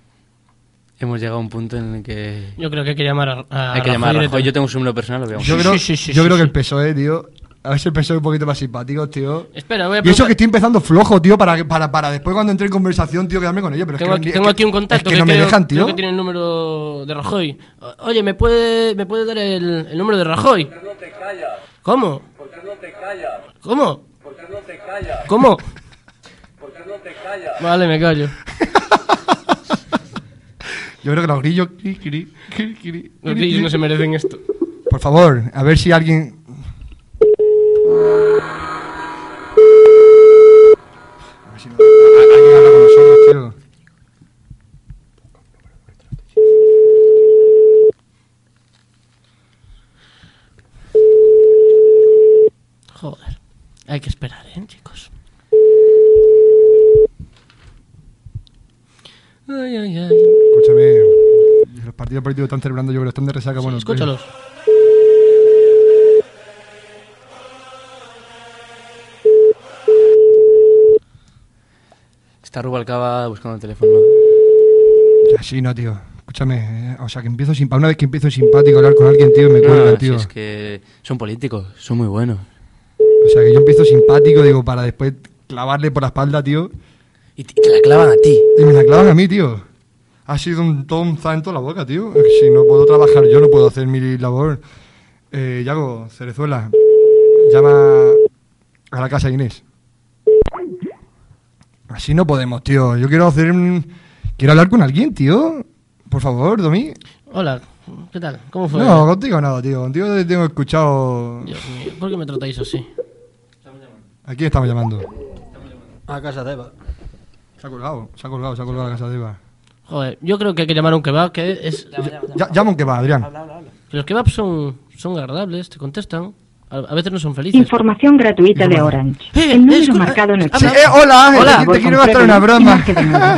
Hemos llegado a un punto en el que. Yo creo que hay que llamar a- a Hay que llamar a Rajoy. Ah, Rajoy directamente. Yo tengo su número personal, lo veo. Yo creo, yo creo que el PSOE, tío. A ver si el PSOE es un poquito más simpático, tío. Espera, Y voy a eso preguntar- que estoy empezando flojo, tío, para, para, para después cuando entre en conversación, tío, quedarme con ellos. Pero es Tengo, que, aquí, es tengo que- aquí un contacto es que, no me creo, dejan, creo tío. que tiene el número de Rajoy. O- Oye, ¿me puede, me puede dar el, el número de Rajoy? ¿Cómo? ¿Cómo? ¿Cómo? Vale, me callo. Yo creo que los grillos. Los grillos no se merecen esto. Por favor, a ver si alguien. A ver si no- a- alguien habla con los sordos, tío. Joder. Hay que esperar, ¿eh, chicos? Ay, ay, ay. Escúchame. Los partidos políticos están celebrando, yo creo que están de resaca. bueno, Escúchalos. Está Rubalcaba buscando el teléfono. Ya, sí, no, tío. Escúchame. eh, O sea, que empiezo simpa- Una vez que empiezo simpático a hablar con alguien, tío, me No, Ah, cuelgan, si tío. Ah, es que son políticos, son muy buenos. O sea, que yo empiezo simpático, digo, para después clavarle por la espalda, tío. Y te la clavan a ti. Y me la clavan a mí, tío. Ha sido un todo un zanto la boca, tío. Es que Si no puedo trabajar, yo no puedo hacer mi labor. Eh, Yago, Cerezuela, llama a la casa de Inés. Así no podemos, tío. Yo quiero hacer un... Quiero hablar con alguien, tío. Por favor, Domi. Hola, ¿qué tal? ¿Cómo fue? No, contigo nada, tío. Contigo te tengo escuchado... Dios mío, ¿por qué me tratáis así? ¿A quién estamos llamando? A casa de Eva. Se ha colgado, se ha colgado, se ha colgado la casa de Eva. Joder, yo creo que hay que llamar a un kebab, que es... Ya- llama un kebab, Adrián. Habla, Los kebabs son, son agradables, te contestan. A, a veces no son felices. Información gratuita de Orange. el número marcado en el. Sí, eh, hola, Hola. eh, te- te Voy quiero con gastar una Freddy. broma. Imagen de nuevo.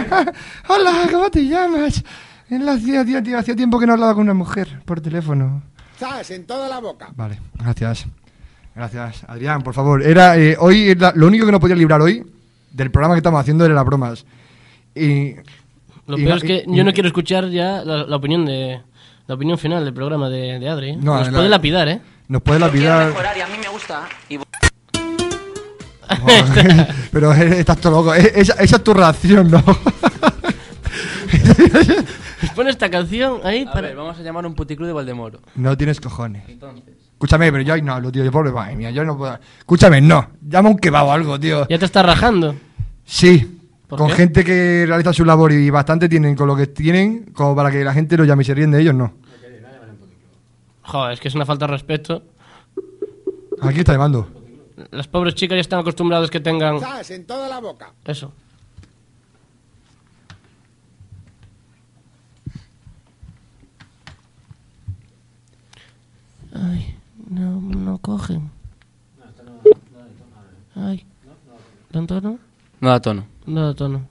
hola, ¿cómo te llamas? En la hacía, tío, tío, hacía tiempo que no hablaba con una mujer por teléfono. ¡Zas! En toda la boca. Vale, gracias. Gracias, Adrián, por favor. Era eh, hoy era- lo único que no podía librar hoy del programa que estamos haciendo era las bromas. Y Lo y peor na- es que y- yo no y- quiero escuchar ya la, la opinión de la opinión final del programa de, de Adri. ¿eh? No, Nos la- puede lapidar, ¿eh? nos puede lapidar. a mí me gusta. Pero eh, estás todo loco. Eh, Esa, esa es tu reacción, ¿no? Pon esta canción ahí para... vamos a llamar a un puticlub de Valdemoro. No tienes cojones. Escúchame, pero yo ahí no hablo, tío. Yo pobre, madre mía, yo no puedo. Escúchame, no. Llama un kebab o algo, tío. Ya te estás rajando. Sí. ¿Por Con qué? gente que realiza su labor y bastante tienen con lo que tienen, como para que la gente lo llame y se ríen de ellos, no. Joder, es que es una falta de respeto. Aquí está llamando. Las pobres chicas ya están acostumbradas que tengan ¡Zas! En toda la boca. eso. Ay, no, no cogen. Ay. ¿Dan tono? No da tono. No da tono.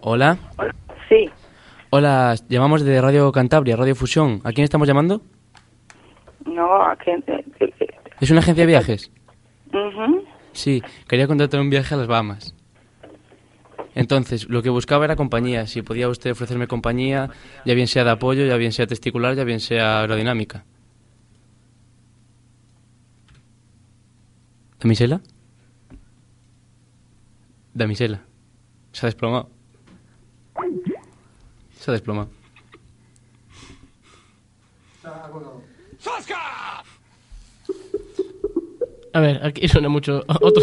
Hola. Sí, Hola, llamamos de Radio Cantabria, Radio Fusión. ¿A quién estamos llamando? no, a que... ¿Es una agencia de viajes? Ujú. Sí, quería contratar un viaje a las Bahamas. Entonces, lo que buscaba era compañía. Si podía usted ofrecerme compañía, ya bien sea de apoyo, ya bien sea testicular, ya bien sea aerodinámica. ¿Damisela? Damisela. Se ha desplomado. Se ha desplomado. A ver, aquí suena mucho otro.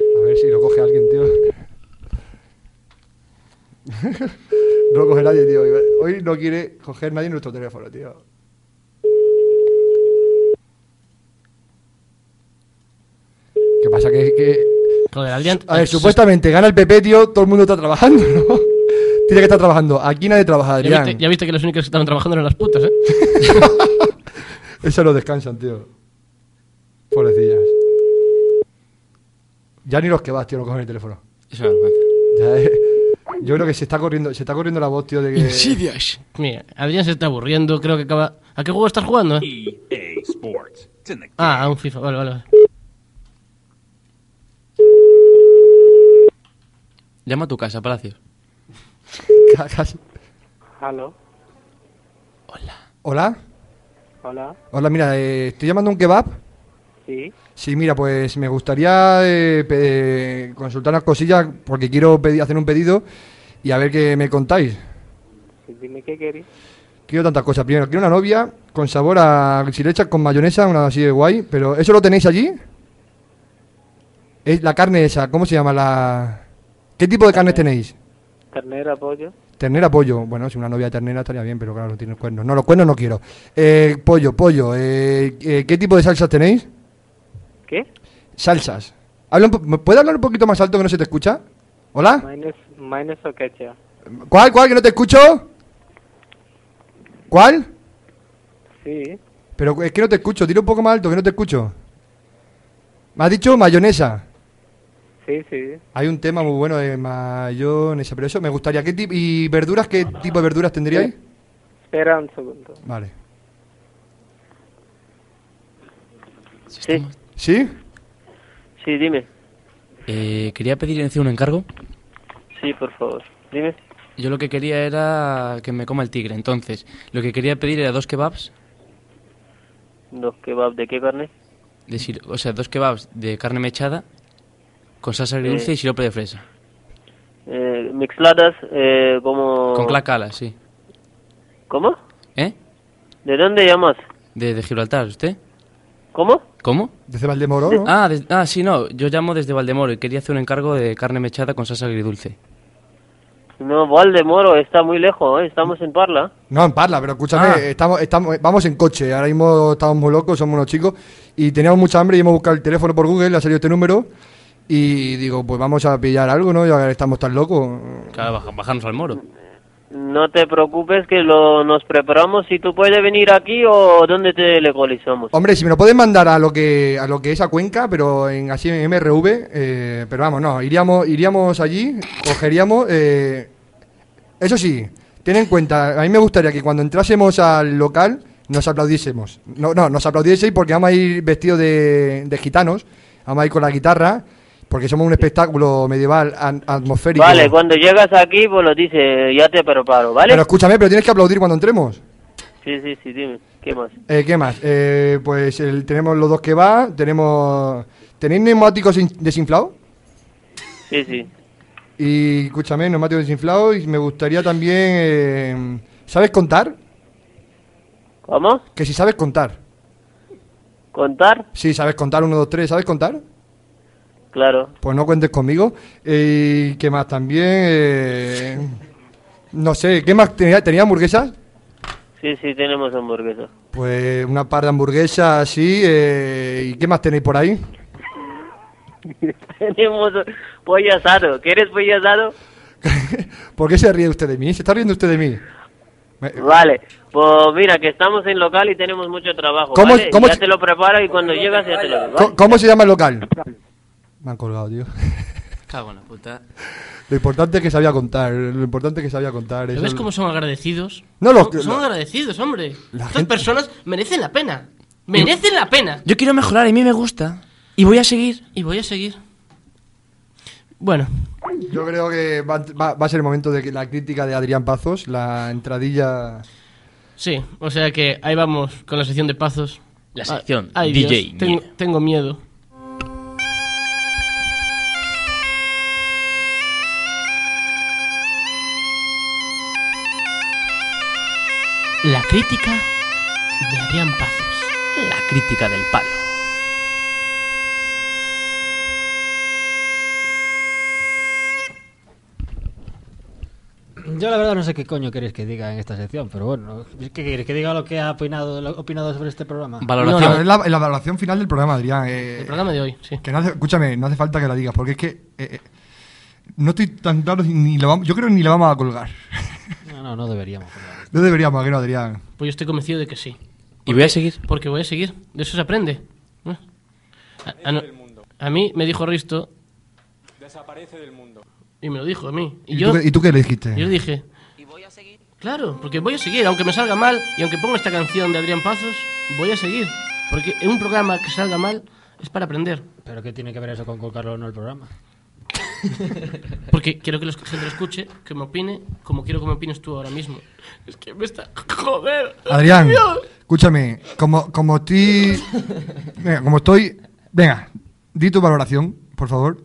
A ver si lo coge alguien, tío. no lo coge nadie, tío. Hoy no quiere coger nadie nuestro teléfono, tío. ¿Qué pasa? Que, que- Joder, Adrián, A ver, se- supuestamente gana el PP, tío. Todo el mundo está trabajando, ¿no? Tiene que estar trabajando. Aquí nadie trabaja, Ya Adrián. viste, ya viste que los únicos que estaban trabajando eran las putas, ¿eh? Eso no descansan, tío. Pobrecillas. Ya ni los que vas, tío, no cogen el teléfono. Es una vergüenza. Ya, eh. Yo creo que se está corriendo, se está corriendo la voz, tío, de que. Mira, Adrián se está aburriendo, creo que acaba... ¿A qué juego estás jugando, eh? EA E Sports. It's in the Ah, a un FIFA, vale, vale. vale. Llama a tu casa, Palacios. ¿Aló? Hola, Hola. hola, mira, eh, estoy llamando a un kebab. Sí. Sí, mira, pues me gustaría eh, pe- consultar unas cosillas porque quiero pedi- hacer un pedido y a ver qué me contáis. Dime qué querés. Quiero tantas cosas. Primero, quiero una novia con sabor a si le echas con mayonesa, una así de guay. Pero, ¿eso lo tenéis allí? Es la carne esa, ¿cómo se llama la...? ¿Qué tipo de carnes Eh, tenéis? Ternera, pollo. Ternera, pollo. Bueno, si una novia ternera estaría bien, pero claro, no tiene cuernos. No, los cuernos no quiero. Eh, pollo, pollo. eh, eh, ¿Qué tipo de salsas tenéis? ¿Qué? Salsas. Habla un po- ¿me ¿Puedes hablar un poquito más alto que no se te escucha? ¿Hola? Mayonesa mayonesa o ketchup. ¿Cuál, cuál, que no te escucho? ¿Cuál? Sí. Pero es que no te escucho, dile un poco más alto, que no te escucho. Me has dicho mayonesa. Sí, sí. Hay un tema muy bueno de mayonesa, pero eso me gustaría. ¿Qué tipo ¿Y verduras? ¿Qué tipo de verduras tendríais? Espera Eh, un segundo. Vale. Sí. ¿Sí? Sí, dime. Eh, quería pedir encima un encargo. Sí, por favor. Dime. Yo lo que quería era que me coma el tigre. Entonces, lo que quería pedir era dos kebabs, ¿Dos kebabs de qué carne? de sir- o sea, dos kebabs de carne mechada con salsa agridulce Eh. y sirope de fresa. Eh, mezcladas eh, como... Oh. Con clacala, sí. ¿Cómo? ¿Eh? ¿De dónde llamas? De, de Gibraltar, ¿usted? ¿Cómo? ¿Cómo? Desde Valdemoro, ¿no? Ah, des- ah, sí, no. Yo llamo desde Valdemoro y quería hacer un encargo de carne mechada con salsa agridulce. No, Valdemoro está muy lejos, ¿eh? estamos en Parla. No, en parla, pero escúchame, Ah. estamos, estamos, vamos en coche. Ahora mismo estamos muy locos, somos unos chicos y teníamos mucha hambre y hemos buscado el teléfono por Google, ha salido este número y digo, pues vamos a pillar algo, ¿no? Ya que estamos tan locos. Claro, baja- bajarnos al moro. No te preocupes que lo nos preparamos si tú puedes venir aquí o dónde te localizamos. Hombre, si me lo pueden mandar a lo que a lo que es a Cuenca, pero en así en MRV, eh, pero vamos, no, iríamos iríamos allí, cogeríamos eh, eso sí, ten en cuenta, a mí me gustaría que cuando entrásemos al local nos aplaudiésemos. No, no, nos aplaudieseis porque vamos a ir vestidos de, de gitanos, vamos a ir con la guitarra, porque somos un espectáculo medieval an- atmosférico. Vale, cuando llegas aquí pues lo dice, ya te preparo, ¿vale? Pero escúchame, pero tienes que aplaudir cuando entremos. Sí, sí, sí, dime, ¿qué más? Eh, ¿Qué más? Eh, pues el- tenemos los dos que va, tenemos... ¿Tenéis neumáticos in- desinflados? Sí, sí. Y escúchame, neumáticos desinflados y me gustaría también... eh, ¿Sabes contar? ¿Cómo? Que si sabes contar. ¿Contar? Sí, sabes contar, uno, dos, tres, ¿sabes contar? Claro. Pues no cuentes conmigo. Eh, ¿Y qué más también? Eh, no sé, ¿qué más tenía? ¿Tenía hamburguesas? Sí, sí, tenemos hamburguesa. Pues una par de hamburguesas así. eh, ¿Y qué más tenéis por ahí? tenemos pollo asado, ¿quieres pollo asado? ¿Por qué se ríe usted de mí? ¿Se está riendo usted de mí? Me- Vale, pues mira que estamos en local y tenemos mucho trabajo, ¿Cómo- ¿vale? cómo ya se- te lo preparo y cuando llegas ya te lo... ¿vale? Co- ¿Cómo se llama el local? Me han colgado, tío. Cago en la puta. Lo importante es que sabía contar. Lo importante es que sabía contar. ¿Pero eso ¿Ves es- cómo son agradecidos? No, los- son la- agradecidos, hombre. Estas gente- personas merecen la pena. Merecen la pena. Yo quiero mejorar, a mí me gusta. Y voy a seguir. Y voy a seguir. Bueno. Yo creo que va, va- va a ser el momento de que la crítica de Adrián Pazos, la entradilla. Sí, o sea que ahí vamos con la sección de pazos. La Ah, sección ay, DJ Dios, tengo, tengo miedo. La crítica de Adrián Pazos. La crítica del palo. Yo la verdad no sé qué coño queréis que diga en esta sección, pero bueno, ¿qué queréis que diga lo que ha opinado, lo opinado sobre este programa? No, no, es la, es la valoración final del programa, Adrián. eh, El programa de hoy, sí. que no hace- escúchame, no hace falta que la digas, porque es que. eh, eh, no estoy tan claro si ni lo vamos- Yo creo que ni la vamos a colgar. No, no, no deberíamos. No deberíamos, ¿a que no, Adrián. Pues yo estoy convencido de que sí. Y voy a seguir. Porque voy a seguir. De eso se aprende. ¿no? A, a no- a mí me dijo Risto. Desaparece del mundo. Y me lo dijo a mí. ¿Y, ¿Y yo, tú qué- y tú qué le dijiste? Yo le dije. ¿Y voy a seguir? Claro, porque voy a seguir. Aunque me salga mal y aunque ponga esta canción de Adrián Pazos, voy a seguir. Porque en un programa que salga mal es para aprender. ¿Pero qué tiene que ver eso con colgarlo o no el programa? Porque quiero que la gente lo escuche, que me opine, como quiero que me opines tú ahora mismo. Es que me está... ¡Joder! Adrián, Dios. escúchame, como, como estoy. Venga, como estoy. Venga, di tu valoración, por favor.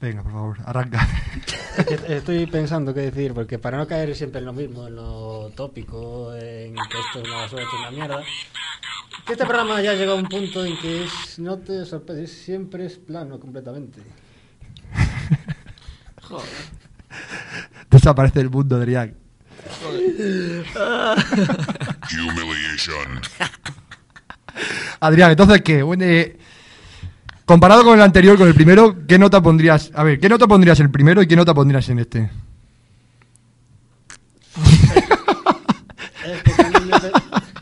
Venga, por favor, arranca. Est- Estoy pensando qué decir, porque para no caer siempre en lo mismo, en lo tópico, en que esto es una basura, esto es una mierda, que este programa ya ha llegado a un punto en que es- no te sorprendes, siempre es plano completamente. Desaparece el mundo, Adrián. Humiliation. Adrián, entonces, ¿qué? Bueno, eh, comparado con el anterior, con el primero, ¿qué nota pondrías? A ver, ¿qué nota pondrías en el primero y qué nota pondrías en este?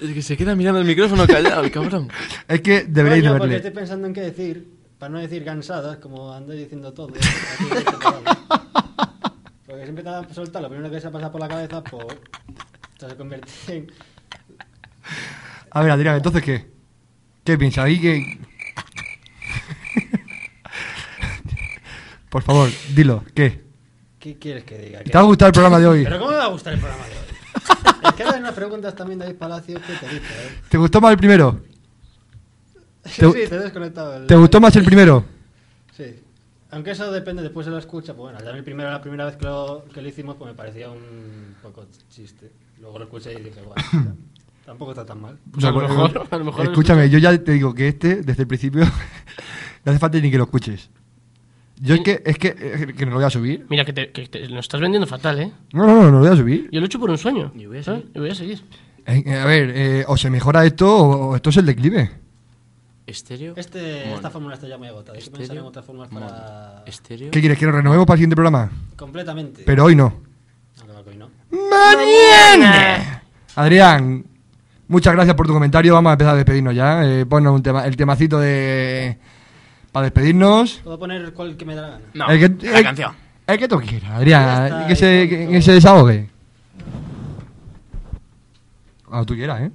Es que se queda mirando el micrófono callado, el cabrón. Es que deberíais Coño, de porque verle. estoy pensando en qué decir, para no decir cansadas, como andáis diciendo todo. aquí en este programa. Porque siempre te da soltar lo primero que se pasa por la cabeza, pues esto se convierte en... A ver, Adrián, entonces, ¿qué? ¿Qué piensas? Ahí que... Por favor, dilo, ¿qué? ¿Qué quieres que diga? ¿Te ha gustado el programa de hoy? ¿Pero cómo me va a gustar el programa de hoy? es que hay unas preguntas también David Palacios que te dice, ¿eh? ¿Te gustó más el primero? Sí, ¿Te, sí, te he desconectado. el- ¿Te gustó más el primero? Sí. Aunque eso depende, después se lo escucha. Pues bueno, ya el primero, la primera vez que lo, que lo hicimos, pues me parecía un poco chiste. Luego lo escuché y dije, bueno, ya, tampoco está tan mal. O sea, lo con- mejor- a lo mejor lo Escúchame, escuchas. yo ya te digo que este, desde el principio, no hace falta ni que lo escuches. Yo es que, es que, eh, que no lo voy a subir. Mira, que, te, que te- lo estás vendiendo fatal, ¿eh? No, no, no, no lo voy a subir. Yo lucho por un sueño. Yo voy a seguir. Yo voy a seguir. Eh, eh, a ver, eh, o se mejora esto o, o esto es el declive. ¿Estéreo? Este, Mono. Esta fórmula está ya muy agotada. Hay que pensar en otras fórmulas para. ¿Estéreo? ¿Qué quieres? ¿Que lo renovemos para el siguiente programa? Completamente. Pero hoy no. ¡Mañana! Adrián, muchas gracias por tu comentario. Vamos a empezar a despedirnos ya. Eh, ponnos un tema, el temacito de. para despedirnos. ¿Puedo poner cuál que me da la gana? El que- el- El que tú quieras, Adrián. que, se, que, que se desahogue. Cuando tú quieras, ¿eh?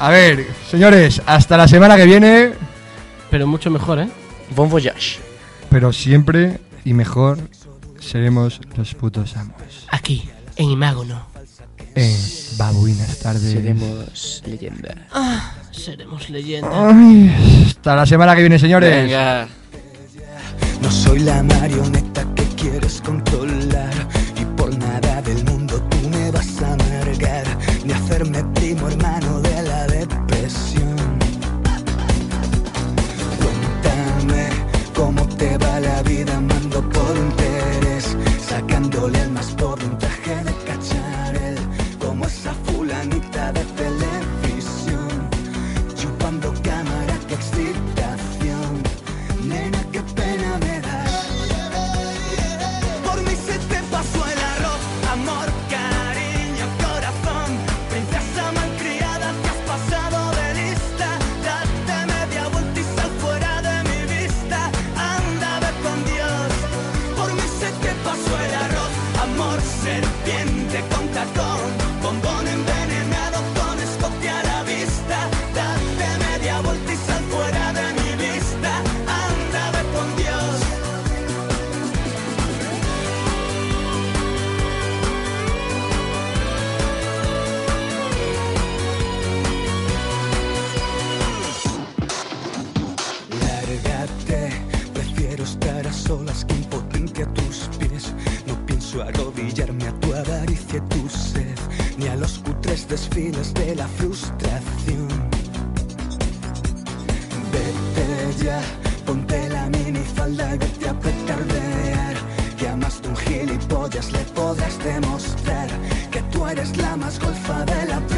A ver, señores, hasta la semana que viene, Pero mucho mejor, ¿eh? Bon voyage. pero siempre y mejor seremos los putos amos. Aquí, en Imágono. Eh, babuinas tardes. Seremos leyenda. Ah, seremos leyenda. Ay, hasta la semana que viene, señores. No soy la marioneta que quieres controlar y por nada del mundo tú me vas a amargar ni hacerme primo hermano de la depresión. Cuéntame cómo te va la vida amando por interés, sacándole el más pobre un traje de cacharel, como esa fulanita de televisión, chupando cámara que excitación. Nena, qué pena me das. Por mí se te pasó el arroz, amor, cariño, corazón. Princesa malcriada, te has pasado de lista. Date media vuelta y sal fuera de mi vista. Anda, ve con Dios. Por mí se te pasó el arroz, amor, serpiente con tacón. Bombón envenenado con escopia a la vista. Date media vuelta y sal fuera de mi vista. Anda, ve con Dios. Lárgate, prefiero estar a solas que impotente a tus pies. No pienso arrodillarme a tu avaricia y tu sed, ni a los cutres desfiles de la frustración. Vete ya, ponte la minifalda y vete a petardear. Que amas de un gilipollas le podrás demostrar que tú eres la más golfa de la